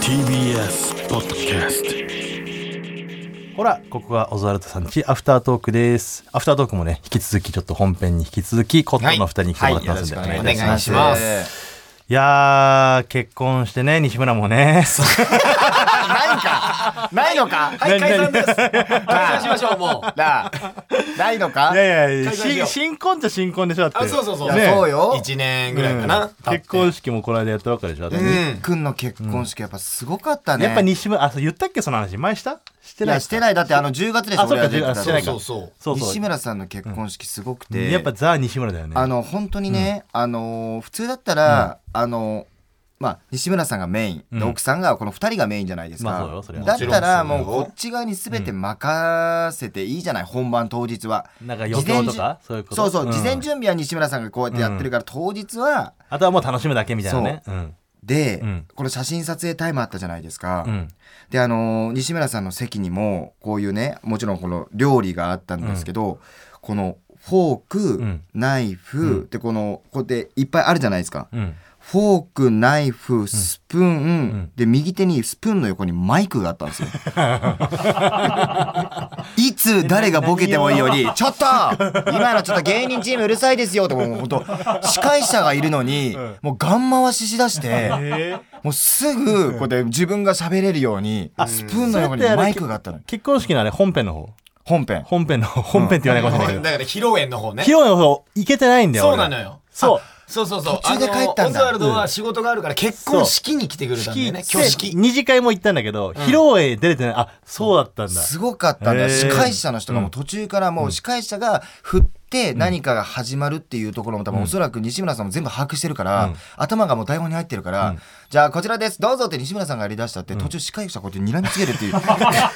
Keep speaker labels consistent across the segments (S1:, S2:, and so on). S1: TBS ポッドキャスト
S2: ほら、ここがオズワルドさんちアフタートークです。アフタートークもね、引き続きちょっと本編に引き続き、コットンのお二人に来てもらってますんで、
S3: はい
S2: お
S3: よ
S2: 願
S3: ろ
S2: い
S3: し
S2: し
S3: く
S2: ま
S3: お願い
S2: す。
S3: し
S2: い
S3: ます
S2: やー、結婚してね、西村もね。
S3: ないんかないのかはい、解散です。解散しましょう、もう。なあ、ないのか
S2: いやいや、
S3: 解散しよ
S2: し
S3: う
S2: 新婚じゃ新婚でしょだって。
S4: あそうそうそう
S3: いや
S2: ね
S3: そうよ。
S4: 1年ぐらいかな、
S2: うん結婚
S4: し
S2: 式もこの間やったばっかでしょだって
S3: で
S2: ね
S3: みっくんの結婚式やっぱすごかったね。
S2: やっぱ西村、あ、そう言ったっけその話。前したして
S3: い
S2: ない
S3: や、してない。だってあの10月でしょ、
S2: あそっか
S3: 俺ら出て
S2: 10
S3: た
S2: してないか
S4: そうそう
S2: そうそう。
S3: 西村さんの結婚式すごくて。
S2: やっぱザ・西村だよね。
S3: あの本当にね、あのー普通だったら、あのーまあ、西村さんがメイン、で
S2: うん
S3: 奥さんがこの2人がメインじゃないですか、
S2: まあそうよそれは
S3: だったら
S4: もちろん
S3: も
S4: そううよ
S3: こっち側に全て任せていいじゃない、本番当日は
S2: なんか予想と
S3: 事前
S2: かそういうこと
S3: そうそう、
S2: うん
S3: 事前準備は西村さんがこうやってやってるから、当日は
S2: あとはもう楽しむだけみたいなね。うん。
S3: で、
S2: うん
S3: この写真撮影タイムあったじゃないですか、
S2: うん。
S3: であのー西村さんの席にもこういうねもちろんこの料理があったんですけど、このフォーク、
S2: ん
S3: ナイフ、でこのこうやっていっぱいあるじゃないですか、
S2: うん。
S3: フォークナイフスプーン、
S2: ん
S3: で右手にスプーンの横にマイクがあったんです よいつ誰がボケてもいいより「ちょっと今のちょっと芸人チームうるさいですよ」とかもうほんと司会者がいるのに、もうガン回ししだして。もうすぐこうやって自分が喋れるようにスプーンの横にマイクがあったのよ
S2: 結婚式のあれ本編の方。
S3: 本編
S2: 本編の方、 本編って言わないかもしれないけ
S4: だ
S2: ど。
S4: から披露宴の方ね
S2: 披露の方、行けてないんだよ。
S4: そう
S2: 俺
S4: なの。よ
S2: そう。
S4: そうそうそう
S3: 途中で帰った
S4: あのオ
S3: んだ
S4: ズワルドは仕事があるから結婚式に来てくれたんだよね挙式
S2: 二次会も行ったんだけど、披露宴出れてない。あ、そうだったんだ。
S3: すごかったんだよ
S2: へー
S3: 司会者の人がもう途中からもう司会者が振って何かが始まるっていうところも多分おそらく西村さんも全部把握してるから頭がもう台本に入ってるからじゃあこちらですどうぞって西村さんがやりだしたって途中司会者こうやって睨みつけるっていう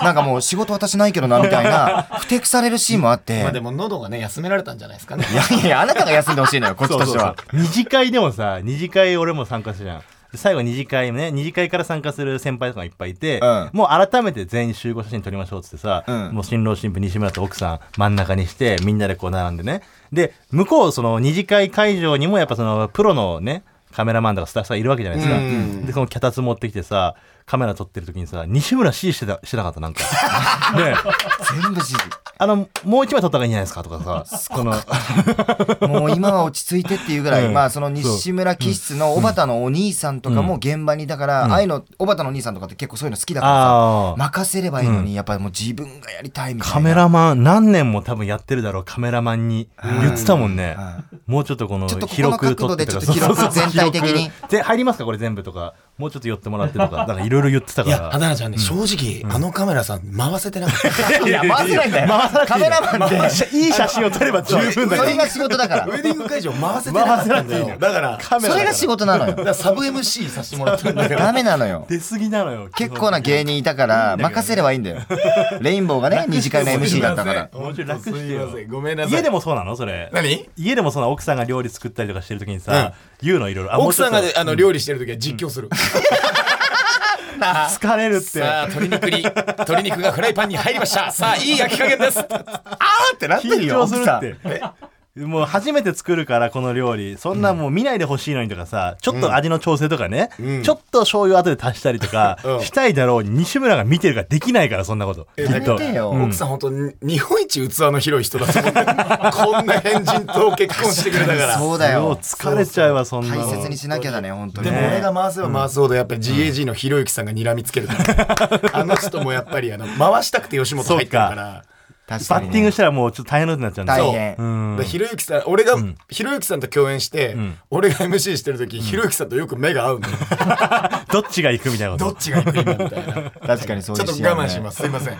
S3: なんかもう仕事私ないけどなみたい なふてくされるシーンもあって
S4: まあでも喉がね休められたんじゃないですかね
S3: いやいやあなたが休んでほしいの よこっち
S2: そう
S3: と
S2: そう
S3: して
S2: そう
S3: は。
S2: 二次会でもさ、二次会俺も参加したじゃん。で最後二次会ね、二次会から参加する先輩とかがいっぱいいて、
S3: うん
S2: もう改めて全員集合写真撮りましょうっつってさ、
S3: うん
S2: もう新郎新婦西村と奥さん真ん中にして、みんなでこう並んでね。で、向こうその二次会会場にもやっぱそのプロのね、カメラマンとかスタッフさんいるわけじゃないですか。
S4: うん
S2: で、この脚立持ってきてさ、カメラ撮ってる時にさ、西村 C してた、してなかったなんか。ね
S3: 全部指示
S2: あの、もう一枚撮った方がいいんじゃないですかとかさ、この、
S3: もう今は落ち着いてっていうぐらい、
S2: うん
S3: まあその西村気質の小畑のお兄さんとかも現場にだから、ああいうの小畑のお兄さんとかって結構そういうの好きだから
S2: あ
S3: さ
S2: ー
S3: 任せればいいのに、やっぱりもう自分がやりたいみたいな
S2: カメラマン何年も多分やってるだろうカメラマンに言ってたもんね、もうちょっとこの
S3: ちょっとここの
S2: 広く撮ってとか
S3: 角度でちょっと広く
S2: そうそうそう
S3: 全体的に
S2: 広くぜ入りますかこれ全部とかもうちょっと寄ってもらってと かなんかいろいろ言ってた
S4: い
S2: か
S4: や、
S2: ら
S4: 花菜ちゃんね、正直、あのカメラさん、回せてなかった。
S3: いや回せないんだよ
S2: 回さなくて
S3: カ
S2: いい
S3: メ
S2: じゃ
S3: ラ
S2: ん
S3: マンって
S2: 回しいい写真を撮れば十分だ
S3: そ
S2: か
S3: れ
S2: ら
S3: が仕事だか
S4: ウ
S3: ら
S4: ェディング会場回せてなかったんだよ。だから、
S2: カメラだ
S3: それ
S2: から
S3: が仕事なの
S4: だか
S3: よ
S4: らサブ MC させてもらったんだけど。
S3: ダメなのよ
S2: 出過ぎなのよ
S3: 結構な芸人いたから任せればいいんだよレインボーがね二次会の MC だったから
S2: もうちょい楽して
S4: すいません
S2: よ
S4: ごめんなさい。
S2: 家でもそうなのそれ
S4: 何
S2: 家でもそうなの奥さんが料理作ったりとかしてる時にさ、言うのいろいろあもう
S4: 奥
S2: ち
S4: さ
S2: ょっ
S4: ん
S2: と
S4: がねあの料理してる時は実況する。
S2: 疲れるって
S4: さあ、鶏肉に、鶏肉がフライパンに入りま した。さあ、いい焼き加減です。
S3: あってなってる
S2: 緊
S3: よ
S2: 張す
S3: 奥
S2: る
S3: さん
S2: って。もう初めて作るからこの料理そんなもう見ないでほしいのにとかさちょっと味の調整とかね、ちょっと醤油後で足したりとか
S4: うん
S2: したいだろうに西村が見てるからできないからそんなことき
S3: や
S2: っ
S3: め
S2: と
S3: てよ、
S4: 奥さん本当に日本一器の広い人だと思 ってるこんな変人と結婚してくれたから。
S3: そうだ
S2: もう
S3: よ
S2: 疲れちゃうわそんな
S3: 大
S2: の
S3: 切にしなきゃだね本当に
S4: でも
S3: ね
S4: 俺が回せば回すほどやっぱり GAG のひろゆきさんが睨みつけるから、あの人もやっぱりあの回したくて吉本入ってるから
S3: 確か
S2: バ
S3: に
S2: ッ
S3: ね
S2: ティングしたらもうちょっと大変なことになっちゃうんだ
S3: 大
S2: よ
S3: 変
S2: うん
S4: でひろゆきさん俺が、ひろゆきさんと共演して、俺が MC してる時、ひろゆきさんとよく目が合 うんだよ
S2: どっちが行くみたいなこ
S4: ど
S2: と
S4: っちが行くんだみたいな ち
S3: 確かにそう
S4: ょっ
S3: いう
S4: と
S3: シーンあるね
S4: 我慢しますすいません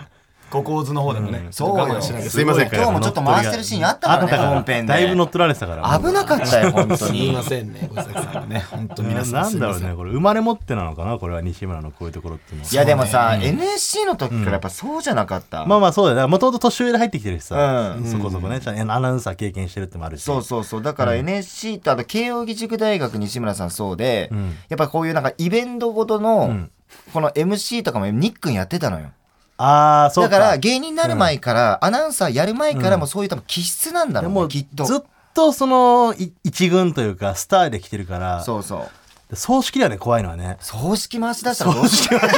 S4: ここ大津の方でもね、ちょっ
S3: そう
S4: と
S3: よ
S4: 我慢しなきゃすいません
S2: すごいから
S3: 今日もちょっと回してるシーンあったからね本編で
S2: だいぶ乗っ取られてたから
S3: 危なかったよ本当
S4: すい
S3: に
S4: ませんね小崎さんはね本当
S2: な
S4: 皆さん
S2: なん
S4: すい
S2: だ
S4: ま
S2: ろ
S4: せ
S2: うんねこれ生まれ持ってなのかなこれは西村のこういうところっていうのはい
S3: やでもさ NSC の時からやっぱそうじゃなかった
S2: まあまあそうだよねもともと年上で入ってきてるしさ、
S3: うん
S2: そこそこねちゃんアナウンサー経験してるってもあるし
S3: そうそうそうだから NSC とあと慶應義塾大学西村さんそうで
S2: ん
S3: やっぱこういうなんかイベントごとのこの MC とかもニックンやってたのよ
S2: ああそう
S3: だ
S2: か
S3: から芸人になる前からアナウンサーやる前からもそういう多分気質なんだ
S2: で
S3: ろう
S2: も
S3: ねきっと
S2: ずっとそのい一軍というかスターで来てるから
S3: そうそう
S2: で葬式だよね怖いのはね
S3: 葬式回し出したらどうしよ
S2: だ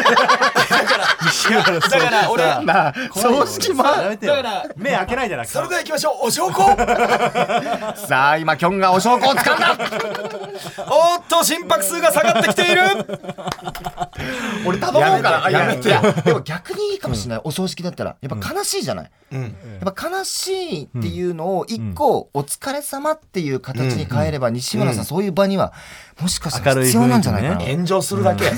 S4: だから俺
S3: うなあ 葬式回
S2: だか
S4: だからら
S2: 目開けないじゃなくて
S4: それでは行きましょうお証拠
S3: さあ今キョンがお証拠をつかんだ
S4: おっと心拍数が下がってきている
S3: 俺卵から
S4: やめて
S3: いやでも逆にいいかもしれない、お葬式だったらやっぱ悲しいじゃない、やっぱ悲しいっていうのを一個お疲れ様っていう形に変えれば西村さん、そういう場にはもしかしたら必要なんじゃないかな、
S2: 明るい
S4: 炎上するだけ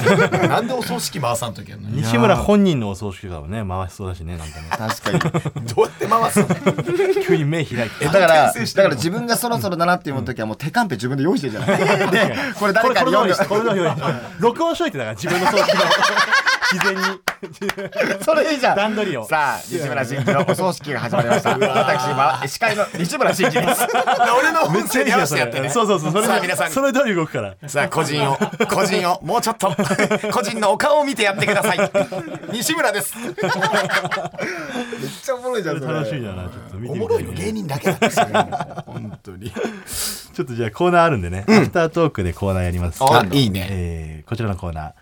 S4: なんでお葬式回さんといけんのに
S2: 西村本人のお葬式とかもね回しそうだしねなんかね
S3: 確かに
S4: どうやって回すの
S2: 急に目開 いて
S3: だから、だ
S4: 転生してる
S3: か
S4: も
S3: ら
S4: ん
S3: 自分がそろそろだなって思う時はもう手カンペ自分で用意してるじゃ ない。で、こ
S2: こ
S3: れ誰
S2: れ
S3: か
S2: こ
S3: に
S2: れ
S3: 読
S2: の
S3: ん
S2: よう
S3: で
S2: に、これのように録音しといてだから自分の葬式の事前 に
S3: それいいじゃん。
S2: 段取りを
S3: さあ、西村真二のお葬式が始まりました。 私今、司会の西村真二です。
S4: 俺の運勢に合わせてやってね
S2: そうそうそうそれ
S4: さあ
S2: で
S4: 皆さん
S2: それ通り動くから
S4: さあ個人を個人をもうちょっと個人のお顔を見てやってください西村です
S3: めっちゃおもろいじゃん、そ
S2: 楽しみだなちょっと見てみた
S4: おもろいの芸人だけなんですよ本当に
S2: ちょっとじゃあコーナーあるんでね、アフタートークでコーナーやります。
S4: あいいね
S2: えーこちらのコーナー、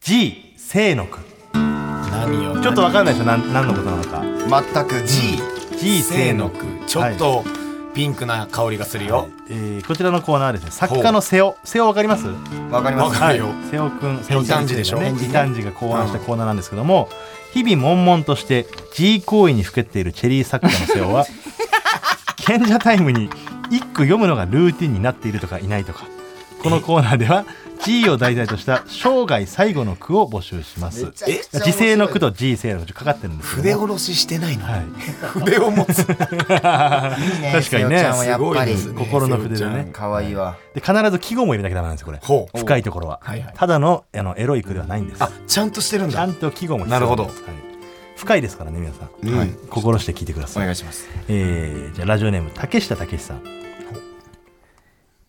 S2: G、聖の句。
S4: 何よ
S2: ちょっとわかんないでしょ、なん何のことなのか。
S3: 全く G。
S2: G、聖の句。
S4: 句ちょっとピンクな香りがするよ
S2: えーこちらのコーナーはですね、作家の瀬尾。瀬尾わかります
S3: わかります。
S4: はいよ
S2: 瀬尾くん、瀬尾
S4: 異端児でしょ
S2: ね異端児が考案したコーナーなんですけども、日々悶々として G 行為にふけているチェリー作家の瀬尾 は、賢者タイムに一句読むのがルーティンになっているとかいないとか。このコーナーでは G を題材とした生涯最後の句を募集します。
S3: え
S2: 時世の句と G 世の句かかってるんですけど
S4: 筆
S2: も
S4: 下ろししてないの
S2: はい、
S4: 筆を持 つ
S2: 確かにね
S3: ちゃんは
S4: す
S3: やっぱり、
S4: ごいですね
S2: 心の筆で
S4: 瀬尾ちゃ
S2: ね
S4: ん
S3: 可愛いわ。
S2: で必ず季語も入れなきゃダメなんですよこれ
S4: ほう
S2: 深いところは、
S4: はいはい
S2: ただのあのエロい句ではないんです
S4: あちゃんとしてるん
S2: ちゃ
S4: だ
S2: んと季語も必
S4: な
S2: 要
S4: るほど
S2: んですはい、深いですからね皆さん、
S4: うん
S2: はい心して聞いてくだ
S3: お
S2: さい、
S3: 願いします。
S2: えーじゃあラジオネーム竹下武さん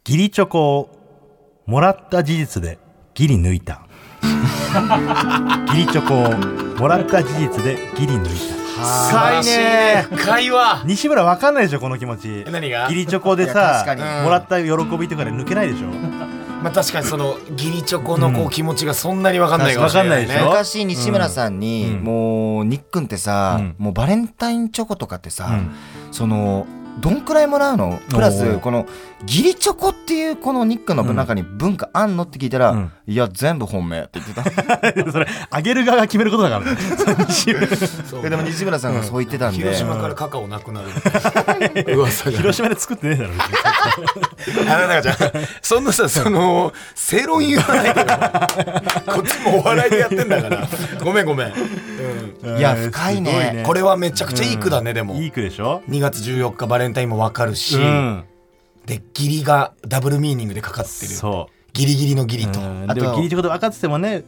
S2: ギリチョコをもらった事実でギリ抜いたギリチョコをもらった事実でギリ抜いた
S4: 深いね深いわ
S2: 西村わかんないでしょこの気持ち
S4: え 何が
S2: ギリチョコで
S3: いや
S2: さ
S3: 確か
S4: に
S2: もらった喜びとかで抜けないでしょ
S4: まあ確かにそのギリチョコのこう気持ちがそんなに分かんないかもしれない
S2: 確かに分かんないでし
S4: ね
S2: ょ
S3: 昔西村さんに、
S2: うん
S3: もうにっくんってさ、
S2: うん
S3: もうバレンタインチョコとかってさ、
S2: うん
S3: そのどんくらいもらうのプラ
S2: お
S3: ス
S2: ー
S3: この義理チョコっていうこのニックの中に文化あんのって聞いたら、
S2: うん
S3: いや全部本命って言ってた
S2: それあげる側が決めることだからね
S4: そう
S3: でも西村さんがそう言ってたんで、
S4: 広島からカカオなくなるっていう噂が
S2: 広島で作ってねえだろ別に
S4: あなたがじゃあそんなさその正論言わないでよ こっちもお笑いでやってんだからごめんごめん、うん
S3: いや深いね
S2: すご
S4: これはめちゃくちゃいい句だね、でも
S2: いい句でしょ
S4: 2月14日バレンタインもわかるし、
S2: うん
S4: でギリがダブルミーニングでかかってる
S2: そ
S4: ギリギリのギリ
S2: う
S4: と、
S2: うん
S3: あと
S2: でもギリチョコで分かっててもね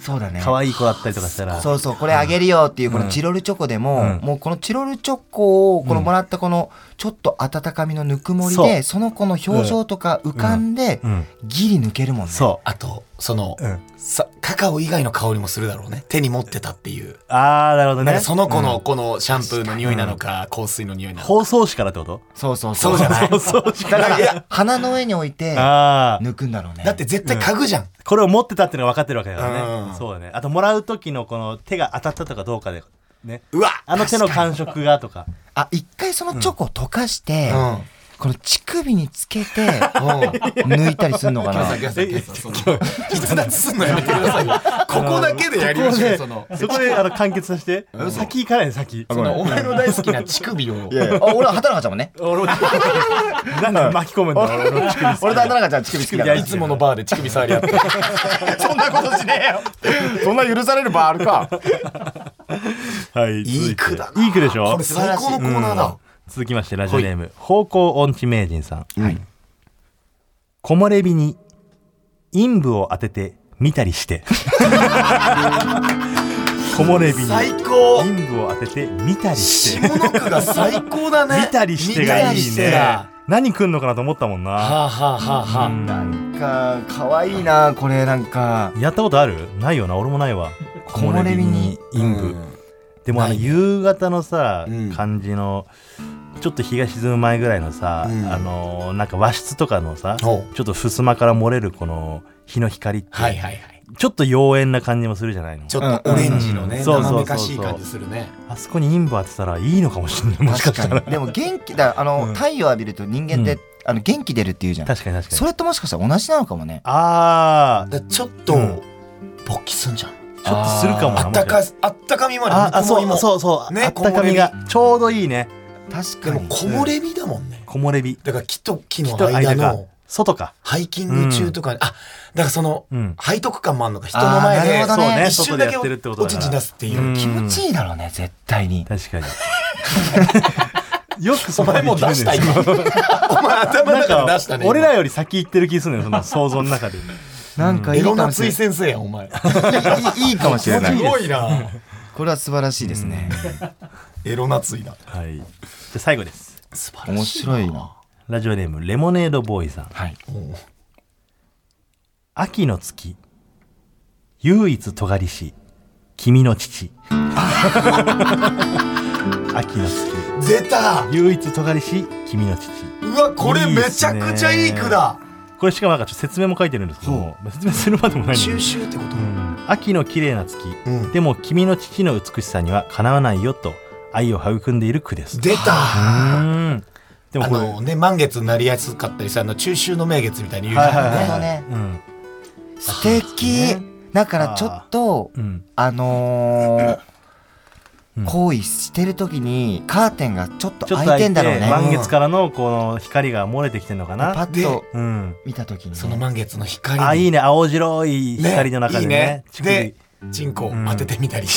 S3: そうだね
S2: 可愛い子だったりとかしたら
S3: そうそうこれあげるよっていうこのチロルチョコでも、
S2: うん
S3: もうこのチロルチョコをこのもらったこのちょっと温かみのぬくもりで、
S2: そう
S3: その子の表情とか浮かんで、
S2: うん
S3: ギリ抜けるもんね
S2: そう
S4: あとその、
S2: うん
S4: さカカオ以外の香りもするだろうね手に持ってたっていう、
S2: ああなるほど
S4: なんか
S2: ね
S4: その子のこのシャンプーの匂いなのか、香水の匂いなのか
S2: 包装紙からってこと
S3: そうそう
S4: そうじゃない
S2: 包装紙か
S3: だから
S4: いや
S3: ら鼻の上に置いて
S2: ああ
S3: 抜くんだろうね
S4: だって絶対嗅ぐじゃん、
S2: これを持ってたっていうのが分かってるわけだから
S4: う
S2: ね
S4: ん
S2: そうだねあともらう時のこの手が当たったとかどうかでね
S4: うわ
S2: あの手の感触がとか
S3: あ一回そのチョコ溶かして、
S4: うん
S3: この乳首につけて抜いたりするのかな
S4: キャスさんキャスさ んその 逸脱すんのやめてくださいよここだけでやりましょうよその
S2: ここでそこであの完結させて先行かないで先
S4: そのお前の大好きな乳首を
S3: いやいやあ俺は畑中ちゃんもね
S2: 俺もなんで巻き込むんだ俺の乳首好き
S3: 俺と畑中ちゃん乳首好きだ
S2: い
S3: か
S2: や
S4: いつものバーで乳首触り合って
S3: らそんなことしねえよそんな許される場ある か
S2: はい
S4: いい句だ
S2: 続いていい句でしょ
S4: これ最高のコーナーだ
S2: 続きましてラジオネーム方向音痴名人さんはい木漏れ日に陰部を当てて見たりして 木漏れ日に
S4: 最高
S2: 陰部を当てて見たりし
S4: 下
S2: て
S4: の句が 最高だね
S2: 見たりして
S4: 見
S2: が
S4: た
S2: い
S4: り
S2: い
S4: して
S2: ね
S4: だ
S2: 何くんのかなと思ったもん
S4: は
S2: な
S4: あはあはあはあ
S3: なんか可愛いなこれなんか
S2: やったことあるないよな俺もないわ木
S3: 漏れ日に
S2: 陰部でもあの
S4: ないね
S2: 夕方のさ、
S4: うん
S2: 感じのちょっと日が沈む前ぐらいのさ、
S4: うん
S2: あのーなんか和室とかのさち
S4: ほ
S2: ょっと襖から漏れるこの日の光って、
S4: はいはいはい
S2: ちょっと妖艶な感じもするじゃないの
S4: ちょっとオレンジの
S2: うん
S4: ね
S2: そうそうそう
S4: 生めかしい感じするね
S2: あそこに陰部当てたらいいのかもしれないもしかした
S3: 確
S2: ら
S3: かにでも元気だあの、太陽浴びると人間って、
S2: うん
S3: あの元気出るって言うじゃん
S2: 確かに確かに
S3: それともしかしたら同じなのかもね
S2: ああ
S4: だからちょっと
S2: うん
S4: 勃起すんじゃん
S2: ちょっとするかもな
S4: あったかあったかみまで
S2: ああ
S4: こも
S2: そ
S4: り
S2: う
S4: も
S2: そうそう、
S4: ね
S2: あったかみがちょうどいいね
S3: 確
S4: で
S3: か
S4: も
S3: に
S4: 木漏れ日だもんね
S2: 木漏れ日
S4: だから木と木の
S2: と
S4: 間
S2: 間が
S4: の
S2: 外か
S4: ハイキング中とかに、あだからその、
S2: うん
S4: 背徳感もあるのか人の前
S3: あ
S4: で
S3: ーなるほどね
S4: 一
S2: 外
S4: 瞬
S2: で
S4: だ
S2: や
S4: け
S2: ってるってこと
S4: お
S2: だ
S4: ちん
S2: か
S4: ち出
S2: ら
S4: すっていう、
S2: うん
S3: 気持ちいいだろうね絶対に
S2: 確かによくそ
S4: お
S2: こま
S4: 前
S2: で
S4: もう
S2: 行け
S4: 出
S2: るね
S4: した今お前頭の中で出したね今
S2: 俺らより先行ってる気するのよその想像の中 で
S3: なんかい
S4: エ
S3: いか
S4: ロな
S3: もしれ
S4: 追
S3: ない
S4: 先生やお前
S3: いいいいかもしれ な
S4: す
S3: い
S4: ごい な
S3: これは素晴らしいですね
S4: エロなついだ
S2: はいじゃあ最後です
S4: 素晴
S3: 面白いな
S2: ラジオネームレモネードボーイさん
S3: はい
S2: 秋の月唯一尖りし君の父 秋の月
S4: 出た
S2: 唯一尖りし君の父
S4: うわこれめちゃくちゃいい句だ
S2: これしかもなんかちょっと説明も書いてるんですけども説明するまでもないんだけど
S4: 中秋ってこと、
S2: うん秋の綺麗な月、
S4: うん
S2: でも君の父の美しさにはかなわないよと愛を育んでいる句です
S4: 出
S2: う
S4: た
S2: ーんでも
S4: あ
S2: これ
S4: のね満月になりやすかったりさあの中秋の名月みたいに言うじ
S2: はい
S4: ゃんね、
S2: はいはい
S3: なるほ
S2: はい
S3: どね
S2: うん
S3: 素敵だからちょっと
S2: うん
S3: あのー
S2: うん
S3: 行為してる時にカーテンがちょっと
S2: ちょっと
S3: 開いてんだろうね
S2: 満月からのこの光が漏れてきてるのか
S3: パ
S2: な
S3: ッと
S2: うん
S3: 見た時にね
S4: その満月の光に
S2: あいいね青白い光の中
S4: い
S2: でね
S4: いねで
S2: 乳
S4: チンコ
S2: うん
S4: 当ててみたり、
S3: う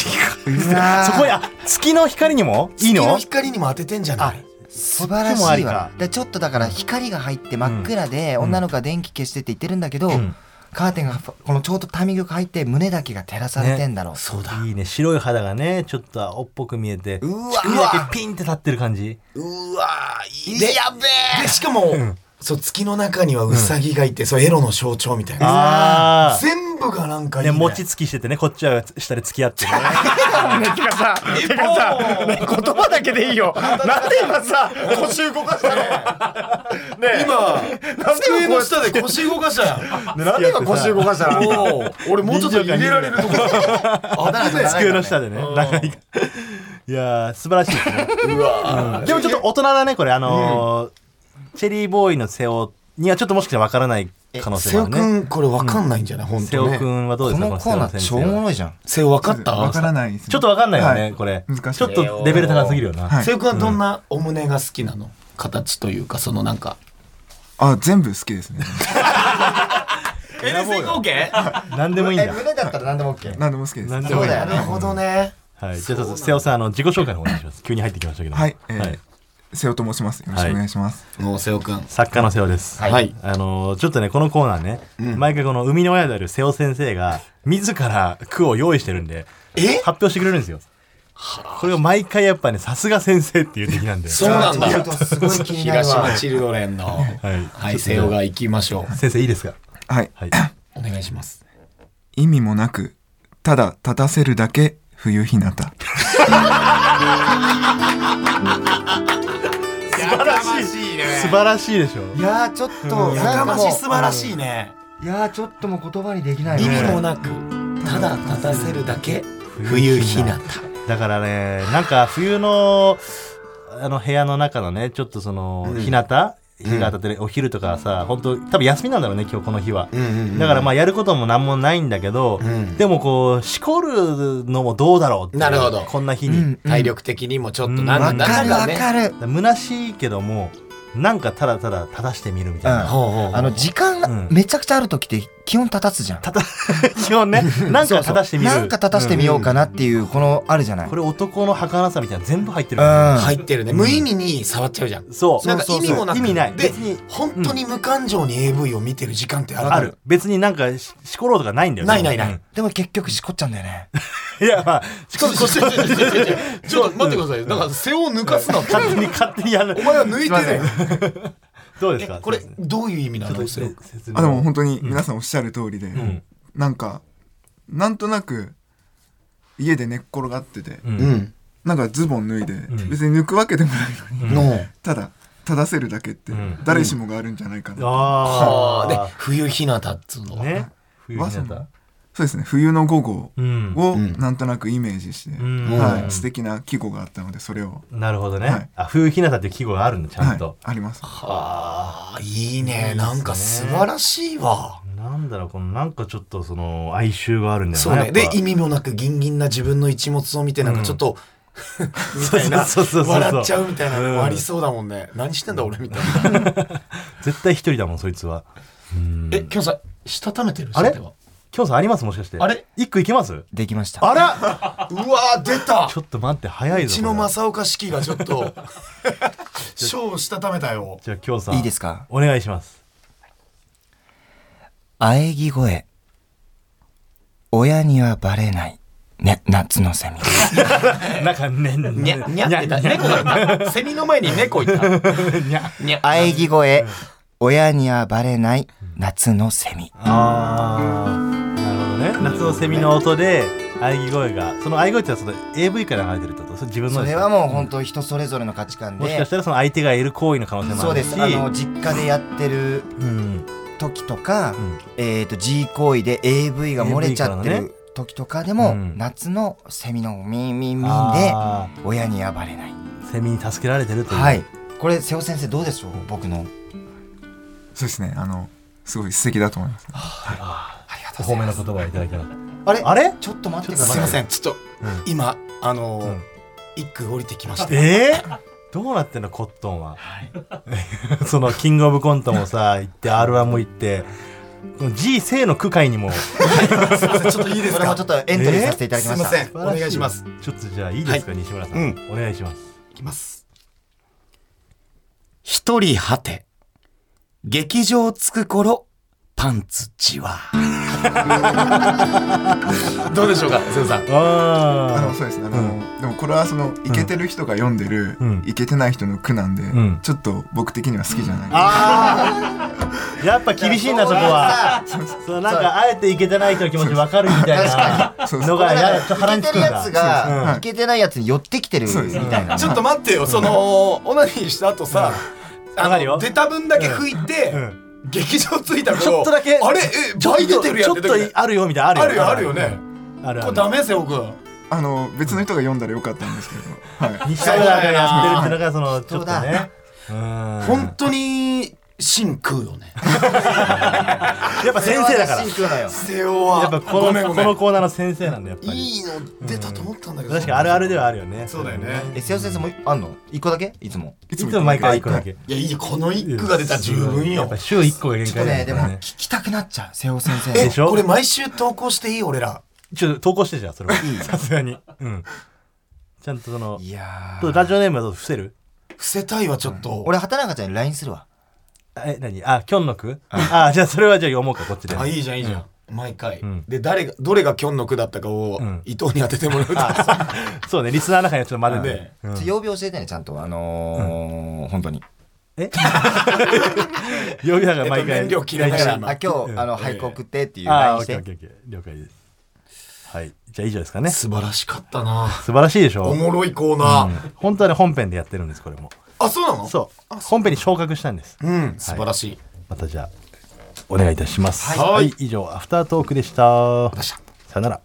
S2: 首
S3: わー
S2: そこや月の光にもいい
S4: 月の
S2: の
S4: 光にも当ててんじゃない
S3: 素晴
S2: そっ
S3: ら
S2: ちもあ
S3: し
S2: り
S3: いわ
S2: か
S3: でちょっとだから光が入って真っ暗で、
S2: うん
S3: 女の子は電気消してって言ってるんだけど、
S2: うん
S3: カーテンがこのちょうどタイミングが入って胸だけが照らされてんだろう、
S4: そうだ
S2: いいね白い肌がねちょっと青っぽく見えて
S4: うわ
S2: 乳首だけピンって立ってる感じ
S4: うわいいやべえでしかも、そう月の中にはウサギがいて、そうエロの象徴みたいな、
S2: ああ
S4: 全部がなんかいい
S2: ね、
S4: ね
S2: 餅つきしててね、こっちは下で付き合ってね。
S4: てかさ言葉だけでいいよなんで今さ腰動かしたのね今机の下で腰動かしたや ん
S3: なんで今腰動かしたの
S4: もう俺もうちょっと入れられると ころだ危ない
S2: 机の下でね、長い。 いやー、素晴らしいですね。
S4: うわ
S2: でもちょっと大人だね、これ、あのー、チェリーボーイの瀬尾にはちょっともしかしたらわからない可能性
S4: 瀬
S2: もあ
S4: 尾
S2: る
S4: く
S2: ね。
S4: んこれわかんないんじゃない本
S2: 瀬尾
S4: 当ね
S2: くんはどうです
S3: こ
S2: か、
S3: のコーナー
S2: 瀬
S3: 超
S2: 尾
S3: お
S2: 先生
S3: も
S2: は
S3: ろいじゃん
S4: 瀬尾わかった
S5: わからないですね
S2: ちょっとわかんないよね、
S5: はい
S2: これ。
S5: 難しい
S2: ちょっとレベル高すぎるよな。
S5: はい
S4: 瀬尾くんはどんなお胸が好きなの形というかそのなんか
S5: あ全部好きですね
S4: エルセンオーケー
S2: 何でもいいん
S3: え
S2: だ。
S3: 胸だったら何でも OK
S5: 何でも好きです
S2: 何で
S3: そ
S2: も
S3: う
S2: いいん
S3: だ
S2: だ
S3: よ
S4: なる
S3: ね
S4: ほどね
S2: はい。じゃあ、そう瀬尾さん、あの、自己紹介の方お願いします。急に入ってきましたけども。
S5: はい、えー瀬尾と申しますよろしくお願いします、
S4: もう瀬尾くん
S2: 作家の瀬尾です。
S4: はいはい
S2: あのーちょっとね、このコーナーね、毎回この生みの親である瀬尾先生が、自ら句を用意してるんで、
S4: え
S2: 発表してくれるんですよ。これが毎回やっぱね、さすが先生っていう敵なんで。
S4: そうなんだ
S3: ちょっとすごい気になる
S4: 東
S3: わ
S4: 島チルドレンの
S2: い
S4: はい瀬尾が行きましょ
S2: 先生いいですか
S5: はい
S2: はい。
S4: うお願いします
S5: 意味もなくただ立たせるだけ冬日向
S4: 素晴らしいね
S2: 素晴らしいでしょ。
S3: いやーちょっと
S4: や
S3: な
S4: か
S3: んか
S4: ま
S3: も
S4: しい素
S3: う
S4: 晴らしいね
S3: いやーちょっともう言葉にできない
S4: 意
S3: ね
S4: 味もなくただ立たせるだけ冬日向
S2: だからね、なんか冬の、あの部屋の中のね、ちょっとその、日向日が当たってるお昼とかさ、本当多分休みなんだろうね、今日この日は。だからまあやることも何もないんだけど、でもこう、しこるのもどうだろうっていう
S4: なるほど
S2: こんな日
S3: う
S2: に。
S3: ん
S4: 体力的にもちょっと
S2: うん
S4: な
S3: わ
S4: んだ
S3: か
S4: かん
S3: るわ
S4: だね
S3: かる
S2: 虚しいけどもなんかただただ立たしてみるみたいな、
S3: うん
S4: ほうほうほう
S3: あの時間
S2: うん
S3: めちゃくちゃある時って気温立たすじゃん
S2: たた 基本ねなんか立たしてみる
S3: なんか立たしてみようかなっていうこのあるじゃない
S2: これ男の儚さみたいなの全部入ってる
S3: う
S2: か
S3: ん
S4: 入ってるね無意味に触っちゃうじゃん
S2: らそう
S4: なんか意味もなく
S2: 意味ない
S4: で
S2: 別に
S4: 本当に無感情に AV を見てる時間ってある
S2: ある別になんかししころうとかないんだよね
S4: ないないない
S2: うん
S3: でも結局しこっちゃうんだ よね
S2: いやまあし
S4: ち
S2: こ
S4: ょっとちょっとちょっとちょっとちょっと待ってくださいよだから背を抜かすなって
S2: 勝手に勝手にやる
S4: お前は抜いてる
S2: どうですか
S4: えこれ
S2: 先
S4: どういう意味な
S2: 生
S4: の
S2: ち
S4: そ
S2: ょ
S4: れ
S2: っと説明
S5: あでも本当に皆さんおっしゃる通りで、
S2: ん
S5: なんかなんとなく家で寝っ転がってて、
S2: うん
S4: うん
S5: なんかズボン脱いで、
S2: ん
S5: 別に抜くわけでもないのに、
S4: の
S5: ただ立たせるだけって
S2: ん
S5: 誰しもがあるんじゃないかな、
S2: あ
S4: はあで冬日向っつうの
S2: あね冬日向
S5: 和のそうですね冬の午後
S2: うん
S5: を
S4: ん
S5: なんとなくイメージして、
S2: ん
S5: はい、素敵な季語があったのでそれを、
S2: なるほどね、
S5: はい
S2: あ冬日向っていう季語があるんだちゃ
S5: は
S2: ん
S5: い
S2: と、、
S5: あります
S4: あーいいねなんか素晴らしいわ
S2: なんだろうこのなんかちょっとその哀愁があるんだよ
S4: そうねで
S2: やっぱ
S4: 意味もなくギンギンな自分の一物を見てなんかちょっと、みたいな
S2: そうそうそうそう
S4: 笑っちゃうみたいなのもありそうだもんね、何してんだ俺みたいな、
S2: 絶対一人だもんそいつは
S4: え今日さしたためてる
S2: あれ
S4: さては
S2: 今日さんありますもしかして
S4: あれ
S2: 一句いけます
S3: できました
S2: あら
S4: うわー出た
S2: ちょっと待って早いうぞ
S4: ちの正岡子規がちょっ と賞をしたためたよ
S2: じゃあ今日さん
S3: いいですか
S2: お願いします
S3: 喘ぎ声親にはバレないね夏の セミ
S2: なんかねん
S4: にゃにゃってた猫がいたセミの前に猫いた にゃにゃ
S3: 喘ぎ声親にはバレない夏のセミ
S2: あーなるほどね夏のセミの音で喘ぎ声がその喘ぎ声ってのはその AV から流れてるってことそれ自分の
S3: そ
S2: です
S3: れ
S2: か
S3: はもう本当人それぞれの価値観
S2: もしか
S3: で
S2: したらその相手がいる行為の可能性も
S3: そ
S2: あ
S3: う
S2: る
S3: で
S2: し
S3: すあの実家でやってる
S2: うん
S3: 時とか、
S2: ん
S3: えっ、と G 行為で AV が漏れちゃって
S2: AV から
S3: る時とかでも、
S2: うん
S3: 夏のセミのミンミンミンで
S2: あ
S3: 親にはバレない
S2: ーセミに助けられてるという、
S3: はいこれ瀬尾先生どうでしょう僕の
S5: そうですねあのすごい素敵だと思います、
S3: ありがと
S2: お褒
S3: うござい
S2: め
S3: ま
S2: の
S3: す
S2: 言葉をいただきまし
S3: あれ
S2: たあれ
S3: ちょっと待ってください
S4: すいませ
S3: ん
S4: んちょっと、
S2: うん
S4: 今あのー
S2: うん
S4: 一句降りてきました
S2: えー、どうなってんのコットンは、 そのキングオブコントもさ行って r 1も行ってこの G 生の区会にも
S4: すいませんちょっといいです
S3: これも
S4: か
S3: ちょっとエントリーさせていただきました、
S4: えーすいまお願いします
S2: ちょっとじゃあいいですか、西村さん、
S4: うん
S2: お願いします
S4: いきます一人果て劇場着く頃パンツじわ どうでしょうか瀬尾さん
S5: あ
S2: あ
S5: のそうですねあの、でもこれはそのイケてる人が読んでる、
S2: うん
S5: イケてない人の句なんで、
S2: ん
S5: ちょっと僕的には好きじゃない、
S2: あやっぱ厳しいなそこはそのなんかあえていけてない人の気持ちわかるみたいな
S5: そうそう
S2: のがやちょっと腹
S3: い
S2: に
S3: け
S2: つ
S3: て
S2: く
S3: る
S2: ん
S3: や
S2: だ
S3: つが、
S5: うん
S3: いけてないやつに寄ってきてるみ
S5: そうです
S3: たいな
S4: ちょっと待ってよ、その、オナニーした後さ、
S2: わかるよ
S4: 出た分だけ拭いて、劇場着いた頃
S2: ちょっとだけ
S4: あれえ、
S2: ちょっ
S4: 倍出
S2: と
S4: てるや
S2: ち
S4: ん
S2: ょ
S4: っ
S2: ってと
S4: 時
S2: あるよみたいな
S4: あ
S2: あ
S4: る
S2: るよ
S4: よ、あるよね。
S2: あるあ
S4: これ
S2: る
S4: ダメですよ、僕。
S5: あの別の人が読んだらよかったんですけど、はい、
S2: 西村がやってるっていうのがそのちょっとねうん
S4: 本当に、芯食うよね。
S2: やっぱ先生だから
S3: シンクなよ
S4: 瀬尾は。
S2: やっぱこ
S4: ごめんご
S2: のこ
S4: め
S2: の
S4: ん。
S2: コーナーの先生なんだやっぱり
S4: いいの出たと思ったんだけど。
S2: 確かにあるあるではあるよね
S4: そうだよね。
S3: え瀬尾先生もうあんの一個だけいつも
S2: いつも毎回一個だけ
S4: いや、いいよ、この一句が出たら十分
S2: や
S4: よ
S2: っぱ。週一個が限
S3: ちょ
S2: 界
S3: っと
S2: だ
S3: ね
S2: よ
S3: でも聞きたくなっちゃう瀬尾先生
S4: え、
S2: でしょ
S4: これ毎週投稿していい俺ら。
S2: ちょっと投稿してじゃあそれはさすがにうんちゃんとその
S3: いや
S2: ちょっと
S3: ー
S2: ラジオネームはどう伏せる
S4: 伏せたいわ、ちょっと。
S3: 俺畑中ちゃんに LINE するわ
S2: え何あキョンの句あじゃあそれはじゃあ読もうかこっちで
S4: あいいじゃんいいじゃん、毎回、
S2: ん
S4: で誰がどれがキョンの句だったかを
S2: ん
S4: 伊藤に当ててもらうと
S2: あそうそうねリスナーの中にはちょっと混ぜて
S4: ね
S2: うん
S3: ちょ曜日教えてねちゃんとあのー本当に
S2: え曜日だから毎
S4: えっと
S2: 回
S4: 燃料切れながら
S3: あ今日あの俳句送ってっていう
S2: あ
S3: LINE
S2: オッ
S3: し
S2: ケーオッ
S3: て
S2: ケーオッケー了解ですはいじゃあ以上ですかね素
S4: 素晴らしかったな
S2: 晴らしいでしょ
S4: おもろいコーナー、
S2: 本当はね本編でやってるんですこれも
S4: あそうなの
S2: そう本編に昇格したんです
S4: うん素晴らしい、
S2: またじゃあお願いいたします
S4: はい
S2: 以上アフタートークでした
S4: でした
S2: さよなら